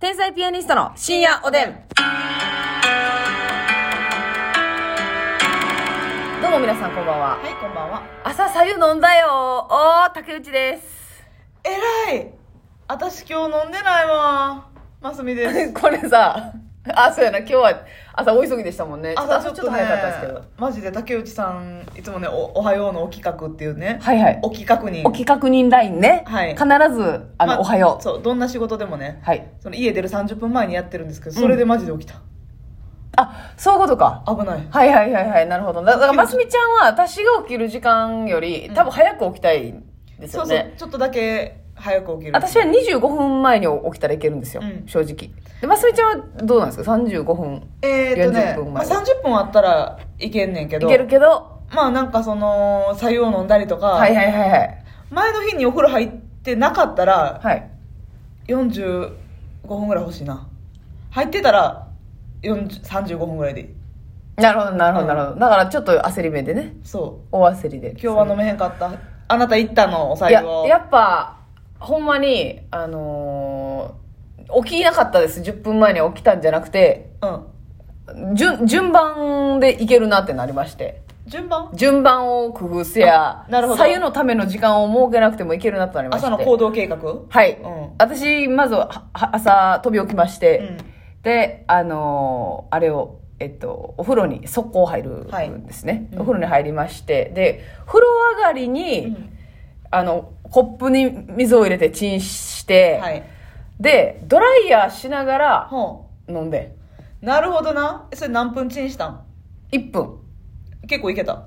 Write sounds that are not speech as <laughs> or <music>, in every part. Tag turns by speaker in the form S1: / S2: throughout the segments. S1: 天才ピアニストの深夜おでん。どうも皆さんこんばんは。
S2: はい、こんばんは。
S1: 朝さゆ飲んだよ。おー、竹内です。
S2: えらい私今日飲んでないわ。ますみ
S1: <laughs>
S2: です。
S1: <laughs> これさ、あ、そうやな、今日は朝お急ぎでしたもんね。
S2: ね
S1: 早かったですけど。。
S2: マジで竹内さん、いつもね、おおはようのお企画っていうね、
S1: はいはい。
S2: お企画に
S1: お、企画人ラインね。
S2: はい
S1: 必ず、あの、
S2: ま
S1: おはよ
S2: そう、どんな仕事でもね
S1: う。、はい。
S2: その家出る30分前にやってるんですけど、それでマジで起きた。
S1: あ、そういうことか。
S2: 危ない。
S1: はいはいはいはい、なるほど。だだから、ますみちゃんは私が起きる時間より、多分早く起きたいんです
S2: そ
S1: よ
S2: う
S1: ね。
S2: そう、ちょっとだけ早く起きる。
S1: 私は25分前に起きたらいけるんですよ、
S2: うん
S1: 正直でますみちゃんはどうなんですか35分
S2: えーっとね
S1: 40分、
S2: まあ、
S1: 前
S2: 30分あったらいけんねんけ
S1: い
S2: ど、
S1: けるけど
S2: まあなんかその、白湯を飲んだりとか、
S1: はいはいはいはい
S2: 前の日にお風呂入ってなかったら、
S1: はい
S2: 45分ぐらい欲しいな入ってたら40 35分ぐらいでいい
S1: なるほどなるほど
S2: うん
S1: なるほど、だからちょっと焦り目でね
S2: そ
S1: 大焦りで
S2: う今日は飲めへんかったあなた行ったのお
S1: い
S2: 財
S1: や
S2: 布を
S1: やっぱほんまにあのー起きなかったです10分前に起きたんじゃなくて
S2: うん
S1: 順順番でいけるなってなりまして
S2: 順番
S1: 順番を工夫せや
S2: あなるほど
S1: 左右のための時間を設けなくてもいけるなとなりまして
S2: 朝の行動計画
S1: はい、
S2: うん
S1: 私まずはは朝飛び起きまして、
S2: うん
S1: であのーあれをえっと、お風呂に速攻入るんですね、
S2: うん
S1: お風呂に入りましてで風呂上がりに、
S2: うん
S1: あのコップに水を入れてチンして、
S2: はい
S1: でドライヤーしながら
S2: ほ
S1: 飲んで
S2: うなるほどなそれ何分チンしたん
S1: 1分
S2: 結構いけた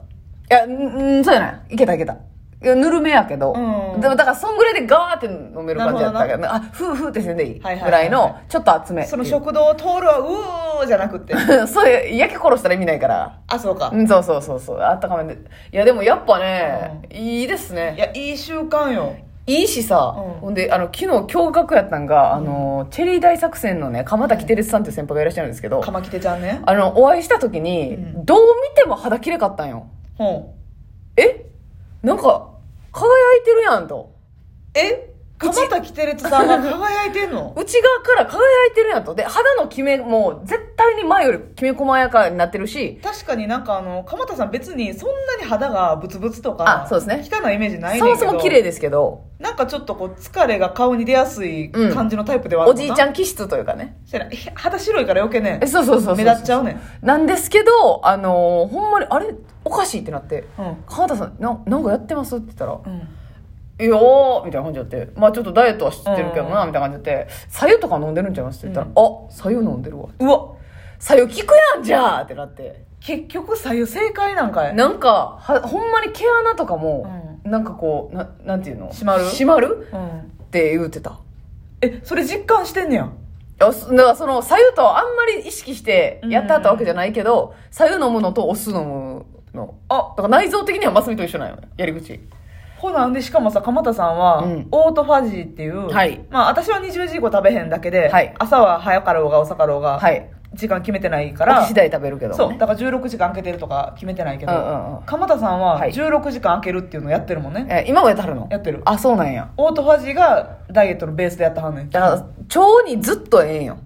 S1: いやんんそうやないいけたいけたいやぬるめやけど、
S2: うん
S1: でもだからそんぐらいでガーって飲める感じやったけどあふうふうってせんでいいぐ
S2: はいはいはいは
S1: らい
S2: い
S1: のちょっと厚め
S2: その食堂を通るはうーじゃなくて
S1: <laughs> そういう焼き殺したら意味ないから。
S2: あそうか
S1: うん、そうそうそうそう。あったかめで。いや、でもやっぱね、いいです
S2: い
S1: ね。
S2: やいい習慣よ
S1: いいしさ、
S2: うん
S1: ほんで、あの、昨日驚愕やったんが、あの、チェリー大作戦のね、鎌田キテレツさんっていう先輩がいらっしゃるんですけど、
S2: かまきてちゃんね
S1: あの、お会いした時に、
S2: うん
S1: どう見ても肌綺麗かったんよ。
S2: ほう
S1: えなんか、輝いてるやんと。
S2: え蒲田きてるつさんが輝いてんの
S1: 内側から輝いてるやんと。で、肌のきめ、もう絶対に前よりきめ細やかになってるし、
S2: 確かになんかあの鎌田さん別にそんなに肌がブツブツとか
S1: あそうです
S2: 汚いイメージないねん
S1: そも
S2: けど
S1: そも綺麗ですけど、
S2: なんかちょっとこう疲れが顔に出やすい
S1: うん
S2: 感じのタイプではある
S1: お
S2: も
S1: じ
S2: ない
S1: ちゃん気質というかね。
S2: せやな肌白いから余計ね
S1: えそうそうそうそう
S2: 目立っちゃうねん
S1: なんですけどあのーほんまにあれおかしいってなって
S2: うん
S1: 「川田さんななんかやってます?」って言ったら「
S2: うん
S1: いやー」みたいな感じでまあちょっとダイエットは知ってるけどな
S2: うん
S1: みたいな感じで「左右とか飲んでるんちゃいます?」って言ったら「あ左右飲んでるわ
S2: うわ」
S1: 左右効くやんじゃあってなって
S2: 結局左右正解なんかい
S1: なんかはほんまに毛穴とかも、なんかこうななんていうの
S2: 締まる
S1: 閉まる
S2: うん
S1: って言うてた
S2: えそれ実感してんねや
S1: いやそだからその左右とあんまり意識してやってはったわけじゃないけど、左右飲むのとお酢飲むの
S2: あ
S1: だから内臓的にはマスミと一緒なんよねやり口
S2: ほなんでしかもさ鎌田さんは、
S1: うん
S2: オートファジーっていう、
S1: はい
S2: まあ私は20時以降食べへんだけで、
S1: はい
S2: 朝は早かろうが遅かろうが、
S1: はい
S2: 時間決めてないから
S1: 私次第食べるけどね
S2: そうだから16時間空けてるとか決めてないけど、
S1: うんうんうん
S2: 鎌田さんは
S1: はい
S2: 16時間空けるっていうのやってるもんね、
S1: えー今もやってはるの
S2: やってる
S1: あそうなんや
S2: オートファジーがダイエットのベースでやってはんねん
S1: だから腸にずっとええんよ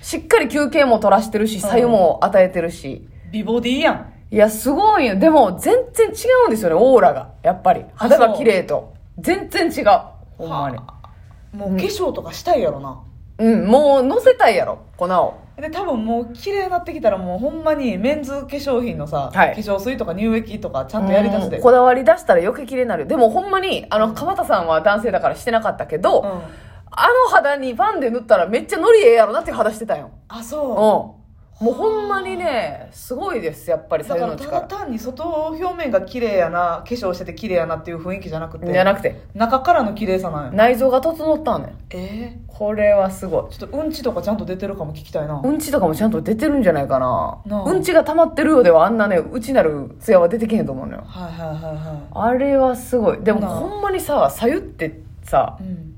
S1: しっかり休憩も取らしてるし左右も与えてるし、
S2: 美ボディやん
S1: いやすごいよでも全然違うんですよねオーラがやっぱり肌が
S2: そう
S1: 綺麗と全然違うほんまに
S2: もう化粧とかしたいやろな、
S1: うんもうのせたいやろ粉を
S2: で多分もう綺麗になってきたらもうほんまにメンズ化粧品のさ、
S1: はい
S2: 化粧水とか乳液とかちゃんとやりだすで
S1: うん
S2: う
S1: こだわり出したら余計綺麗になるでもほんまにあの鎌田さんは男性だからしてなかったけど、
S2: ん
S1: あの肌にファンで塗ったらめっちゃノリええやろなっていう肌してたんよ
S2: あ
S1: うん
S2: そ
S1: もうほんまにねすごいですやっぱり
S2: うだ
S1: 左
S2: か
S1: 右
S2: ら
S1: の
S2: ただ
S1: 力
S2: 単に外表面が綺麗やな化粧してて綺麗やなっていう雰囲気じゃなくて
S1: じゃなくて
S2: 中からの綺麗さなんや
S1: 内臓が整ったね
S2: え
S1: これはすごい
S2: ー、ちょっとうんちとかちゃんと出てるかも聞きたいな
S1: うんちとかもちゃんと出てるんじゃないかな
S2: なあ
S1: うんちが溜まってるようではあんなね内なる艶は出てけへんと思うのよ
S2: はいはいはいは
S1: あれはすごいでも
S2: なあ
S1: ほんまにさ左右ってさ
S2: い。うん。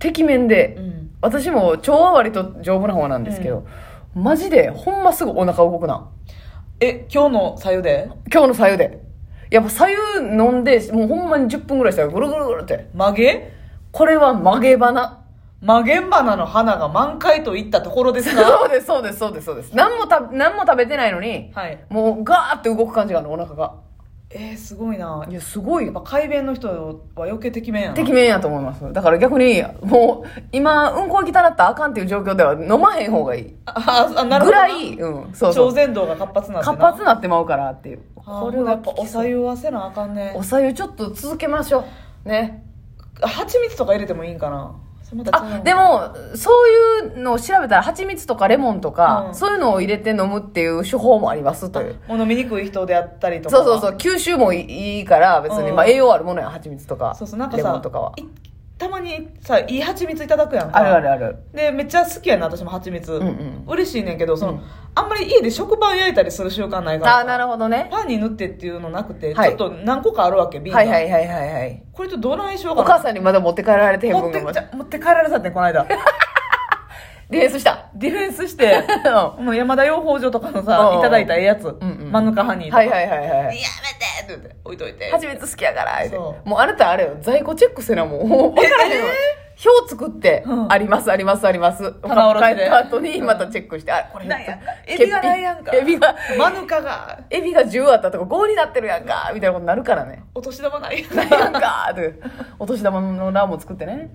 S1: てきめんで、
S2: うん。
S1: 私も腸は割と丈夫な方なんですけど、マジでほんますぐお腹動くな
S2: え、今日のさゆで
S1: 今日の左右でやっぱ左右飲んでもうほんまに10分ぐらいしたらぐるぐるぐるって
S2: 曲げ
S1: これは曲げ花
S2: マゲンバナの花が満開といったところですが、
S1: <laughs> そうです、そうです、そうです、そうです。何もた、何も食べてないのに、
S2: はい。
S1: もうガーって動く感じがあるの、お腹が。
S2: えー、すごいな。
S1: いや、すごい
S2: やっ。ぱ改便の人は余計てきめんやな。
S1: てきめんやと思います。だから逆に、もう、今、うんこ行きたらったらあかんっていう状況では飲まへん方がいい。
S2: ああ、なるほどな。
S1: ぐらい、うん、そうそ
S2: 超
S1: う。
S2: 伝導が活発なんでな
S1: 活発なってまうからっていう。
S2: あーこれはやっぱおさゆはせなあかんね
S1: おさゆちょっと続けましょう。ね。
S2: 蜂蜜とか入れてもいいんかなそれまた違うの
S1: あ、でも、そういうのを調べたら、蜂蜜とかレモンとか、
S2: うん
S1: そういうのを入れて飲むっていう手法もありますという。
S2: もう飲みにくい人であったりとか
S1: そうそうそうう、吸収もいいいいから、別に、
S2: うん
S1: まあ栄養あるものや、蜂蜜とか、
S2: そうそうなんか
S1: レモ
S2: さ
S1: ンとかは。
S2: いたまにさいい蜂蜜いただくやんか
S1: あるあるある。
S2: でめっちゃ好きやな私も蜂蜜、
S1: うんうん
S2: 嬉しいねんけどその、
S1: うん
S2: あんまり家で食パン焼いたりする習慣ないから
S1: あー、なるほどね。
S2: パンに塗ってっていうのなくて、
S1: はい
S2: ちょっと何個かあるわけ瓶が、
S1: はいはいはいはいはい。
S2: これとどないしよう
S1: お
S2: か
S1: 母
S2: な
S1: さんにまだ持って帰られてへん
S2: 持
S1: 分
S2: っ
S1: がま
S2: て
S1: だ
S2: じゃ持って帰られたってこの間
S1: <laughs> ディフェンス
S2: <laughs>
S1: した。
S2: ディフェン
S1: <laughs>
S2: スして
S1: う
S2: もう山田養蜂場とかの
S1: う
S2: さ
S1: ん
S2: いただいたええやつ、
S1: んうん
S2: マヌカハニー
S1: ん
S2: とか
S1: はいはいはいは
S2: やめ
S1: い。
S2: てって言って置いといて
S1: 蜂蜜好きやから、言うて
S2: そ
S1: もうあなたあれよ、在庫チェックせな、もう。もう分からへんわ。表作って、
S2: うん
S1: あります、あります、あります。
S2: 棚卸し
S1: 帰
S2: で
S1: った後に、またチェックして、あ、これ
S2: なんやんか
S1: 欠品
S2: エビがないやんか
S1: エビが、
S2: マヌカが
S1: エビが10あったとこ5になってるやんか、みたいなことになるからね。
S2: お年玉ない
S1: なんやんかって、お年玉のラーも作ってね。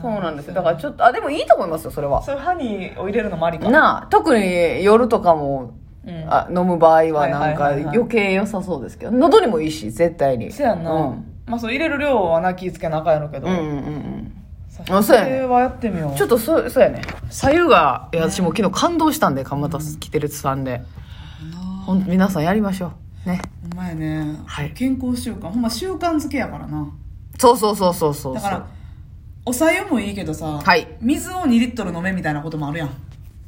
S1: そうなんですよ。だからちょっと、あ、でもいいと思いますよ、それは。
S2: <laughs> そういうハニーを入れるのもありか
S1: なあ、特に夜とかも、
S2: うん
S1: あ飲む場合はなんか
S2: はいはいはいはい
S1: 余計良さそうですけど、喉にもいいし、絶対に。
S2: せやんな、
S1: うん
S2: まあそう入れる量はな気ぃつけなあかんやろうけど、
S1: うんうんうん
S2: さ
S1: あそうやね
S2: それはやってみよ
S1: う。
S2: うん
S1: ちょっとそう、そうやね。左右が、いや私も昨日感動したんで、蒲田来てるさんで。ほん皆さんやりましょう。ね。
S2: お前ね、
S1: はい
S2: 健康習慣ほんま習慣づけやからな
S1: そうそうそうそうそう
S2: だ
S1: そ
S2: か
S1: う
S2: ら。おさゆもいいけどさ、
S1: はい
S2: 水を2リットル飲めみたいなこともあるやん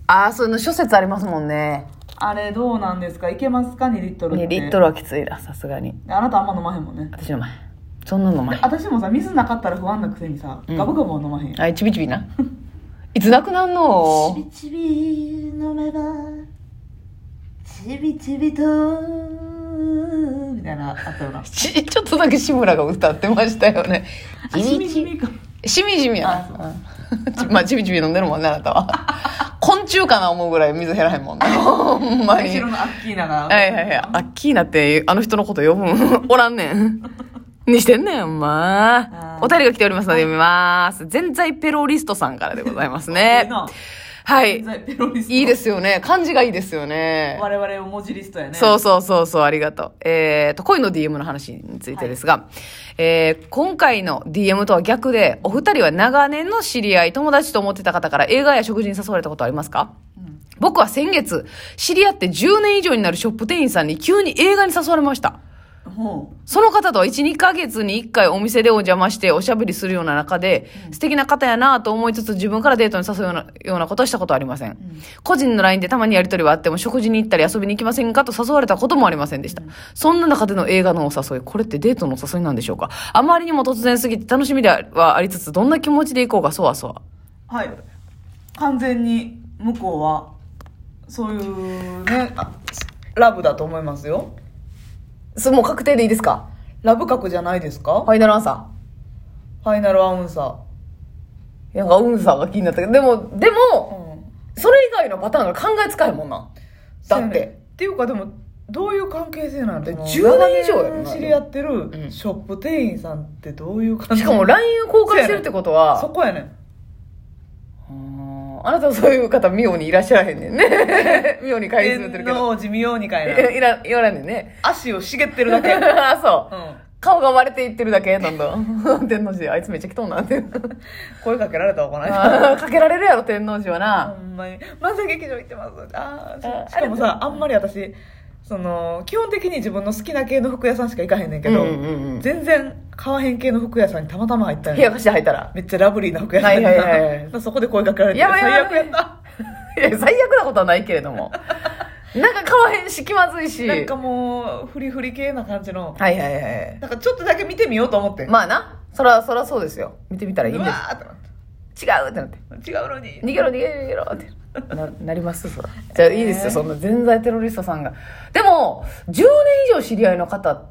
S1: ああ、そういうの諸説ありますもんね。
S2: あれどうなんですかいけますか2リットルって
S1: 2リットルはきついな、さすがに。
S2: あなたあんま飲まへんもんね
S1: 私の前。そんなの前。
S2: 私もさ水なかったら不安なくせにさ、
S1: うん
S2: ガブガブは飲まへんやん
S1: あ、ちびちびな。 <laughs> いつなくなんの
S3: ちびちび飲めばちびちびと
S2: みたいなあったよな
S1: ちちょっとだけ志村が歌ってましたよね。
S2: あしみじみか
S1: しみじみやな。うんちまあ、ちびちび飲んでるもんね、あなたは。昆虫かな思うぐらい水減らへんもんね。ほんまに。
S2: 後ろのアッキーナが
S1: はいはいはい。アッキーナって、あの人のこと呼ぶん <laughs> おらんねん。にしてんねん、ほんま
S2: あ。ー
S1: お便りが来ておりますので読みます。全在ペロリストさんからでございます
S2: ええ
S1: ね。
S2: な
S1: はい。
S2: ペロリスト
S1: いいですよね。感じがいいですよね。
S2: 我々を文字リストやね
S1: そうそうそうそう、ありがとう。えーと、恋の DM の話についてですが、えー今回の DM とは逆で、お二人は長年の知り合い、友達と思ってた方から映画や食事に誘われたことありますか、僕は先月、知り合って10年以上になるショップ店員さんに急に映画に誘われました。
S2: ほ
S1: その方とは1、2ヶ月に1回お店でお邪魔しておしゃべりするような中で、素敵な方やなと思いつつ自分からデートに誘うようなようなことはしたことはありません。個人の LINE でたまにやりとりはあっても食事に行ったり遊びに行きませんかと誘われたこともありませんでした。そんな中での映画のお誘い、これってデートのお誘いなんでしょうかあまりにも突然すぎて楽しみではありつつ、どんな気持ちで行こうかそわそわ。
S2: うはい完全に向こうはそういうねあラブだと思いますよ
S1: それもう確定でいいですか
S2: ラブ格じゃないですか
S1: ファイナルアンサ
S2: ファイナルアウンサ
S1: ー。なんか、うんさんが気になったけど、でも、で
S2: ー、
S1: も、
S2: うん、
S1: それ以外のパターンが考えつかへんもんな。だ
S2: そう
S1: っ
S2: や
S1: て。
S2: ねっていうかでもどういう関係性なんだろ
S1: 10
S2: う
S1: 年以上やろな
S2: 長年知り合って
S1: ん
S2: るショップ店員さんってどういう感じ
S1: しかも LINE を交換してるってことは、
S2: そこやねん
S1: うんあなたはそういう方、ミオにいらっしゃらへんねん <laughs> ね。ミオに会議するってるけ
S2: 天
S1: ど。
S2: 王寺妙にかいない
S1: ら、いらんねんね。
S2: 足を茂ってるだけ、う
S1: <laughs>
S2: ん、
S1: あ、そう。顔が割れていってるだけ、どんどん。 <laughs> 天皇寺で、あいつめっちゃ来とんなって。
S2: 声かけられたわこない
S1: あ <laughs> ーかけられるやろ、天皇寺は
S2: ほ
S1: な。
S2: んまに漫才劇場行ってますあ
S1: あ
S2: あしかもさあんまり私その基本的に自分の好きな系の服屋さんしか行かへんねんけど、
S1: うんうんうん
S2: 全然買わへん系の服屋さんにたまたま入ったん
S1: 部屋
S2: や
S1: 貸して入ったら。 <laughs>
S2: めっちゃラブリーな服屋さんやった
S1: はいはいはいは
S2: <laughs> そこで声かけられて
S1: やばいやばい
S2: 最悪やった
S1: いや、最悪なことはないけれど <laughs> も。なんか買わへんし、気まずいし。
S2: なんかもうフリフリ系な感じの
S1: はいはいはい。
S2: なんかちょっとだけ見てみようと思って
S1: まあな。そら、そらそうですよ。見てみたらいいん
S2: う
S1: で
S2: わ
S1: す。
S2: ーってなっ
S1: 違うってなって。
S2: て違うのに
S1: 逃げろ逃げろ逃げろってななりますそら <laughs> じゃあいいですよそんな全在テロリストさんがでも10年以上知り合いの方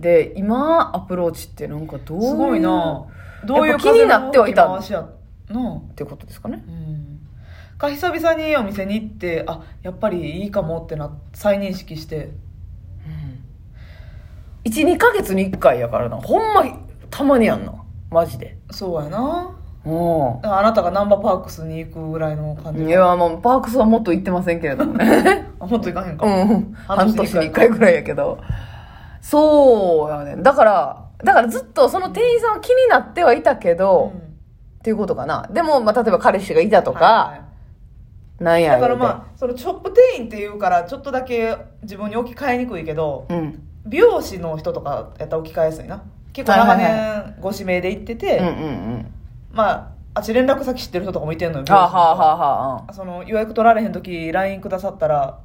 S1: で、今アプローチってなんかどういう
S2: すごいな
S1: どういう風の吹き回しや
S2: 気になってはいたなあってことですかね
S1: うん
S2: か久々にお店に行ってあやっぱりいいかもってな再認識して
S1: 12ヶ月に1回やからなほんまたまにやんなマジで
S2: そうやな
S1: うん
S2: だからあなたがナンバーパークスに行くぐらいの感じ
S1: いやもうパークスはもっと行ってませんけれども <laughs> ね
S2: あもっと行かへんか、
S1: うん
S2: 半
S1: 半
S2: 年
S1: 年
S2: に
S1: に
S2: 一回
S1: 1回ぐらいやけどそうやねんだからだからずっとその店員さんは気になってはいたけど、
S2: うん
S1: っていうことかなでも、まあ、例えば彼氏がいたとか、
S2: はいはい
S1: なんや
S2: だから
S1: 言うて
S2: まあそのショップ店員っていうからちょっとだけ自分に置き換えにくいけど
S1: うん
S2: 美容師の人とかやったら置き換えやすいな結構長年ご指名で行ってて、
S1: うんうんうん
S2: まああっち連絡先知ってる人とかもいてんのよ美
S1: は
S2: 容
S1: あ
S2: 師の
S1: はあ
S2: 人
S1: はあはあ
S2: その予約取られへん時 LINE くださったら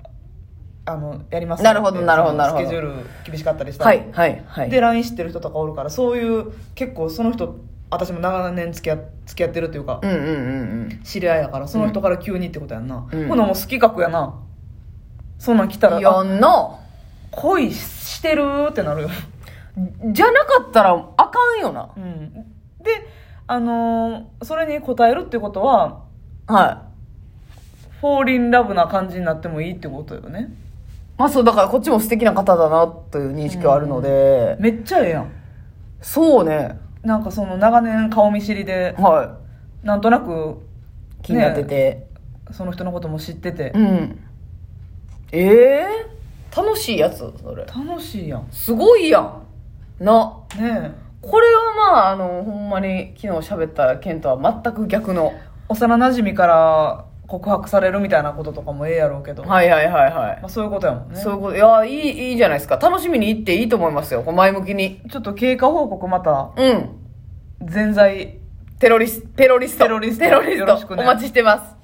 S2: あのやります
S1: なるほどなるほどなるほど
S2: スケジュール厳しかったり
S1: う
S2: し
S1: ん
S2: たら
S1: はいはいはい
S2: で LINE 知ってる人とかおるからそういう結構その人私も長年付き合付き合ってるっていうか、
S1: うんうんうん
S2: 知り合いやからその人から急にってことやんな、
S1: うん
S2: ほなもう好き格やなそんなん来た
S1: うん
S2: ら
S1: よ
S2: あ
S1: の
S2: 恋してるってなる <laughs> よ、
S1: じゃなかったらあかんよな
S2: うん、であのーそれに応えるってことは
S1: はい
S2: フォーリンラブな感じになってもいいってことよね
S1: まあそう、だからこっちも素敵な方だなという認識はあるので、
S2: めっちゃええやん
S1: そうね、
S2: なんかその長年顔見知りで
S1: は
S2: なんとなく
S1: い、気になってて。
S2: その人のことも知ってて、
S1: うん。ええ楽しいやつ、それ。
S2: 楽しいやん
S1: すごいやん。な。
S2: ね
S1: これはまあ、あの、ほんまに昨日喋った件とは全く逆の。
S2: え幼なじみから告白されるみたいなこととかもええやろうけど、
S1: はいはいはいは
S2: まあ、そういうことやもん
S1: い。
S2: ね
S1: そういうこと、いや、いい、いいじゃないですか。楽しみに行っていいと思いますよ。こう前向きに。
S2: ちょっと経過報告また
S1: うん。
S2: 全在
S1: テロリス、テロリスト。
S2: テロリスト
S1: テロリス
S2: よろし
S1: ト。
S2: くね
S1: お待ちしてます。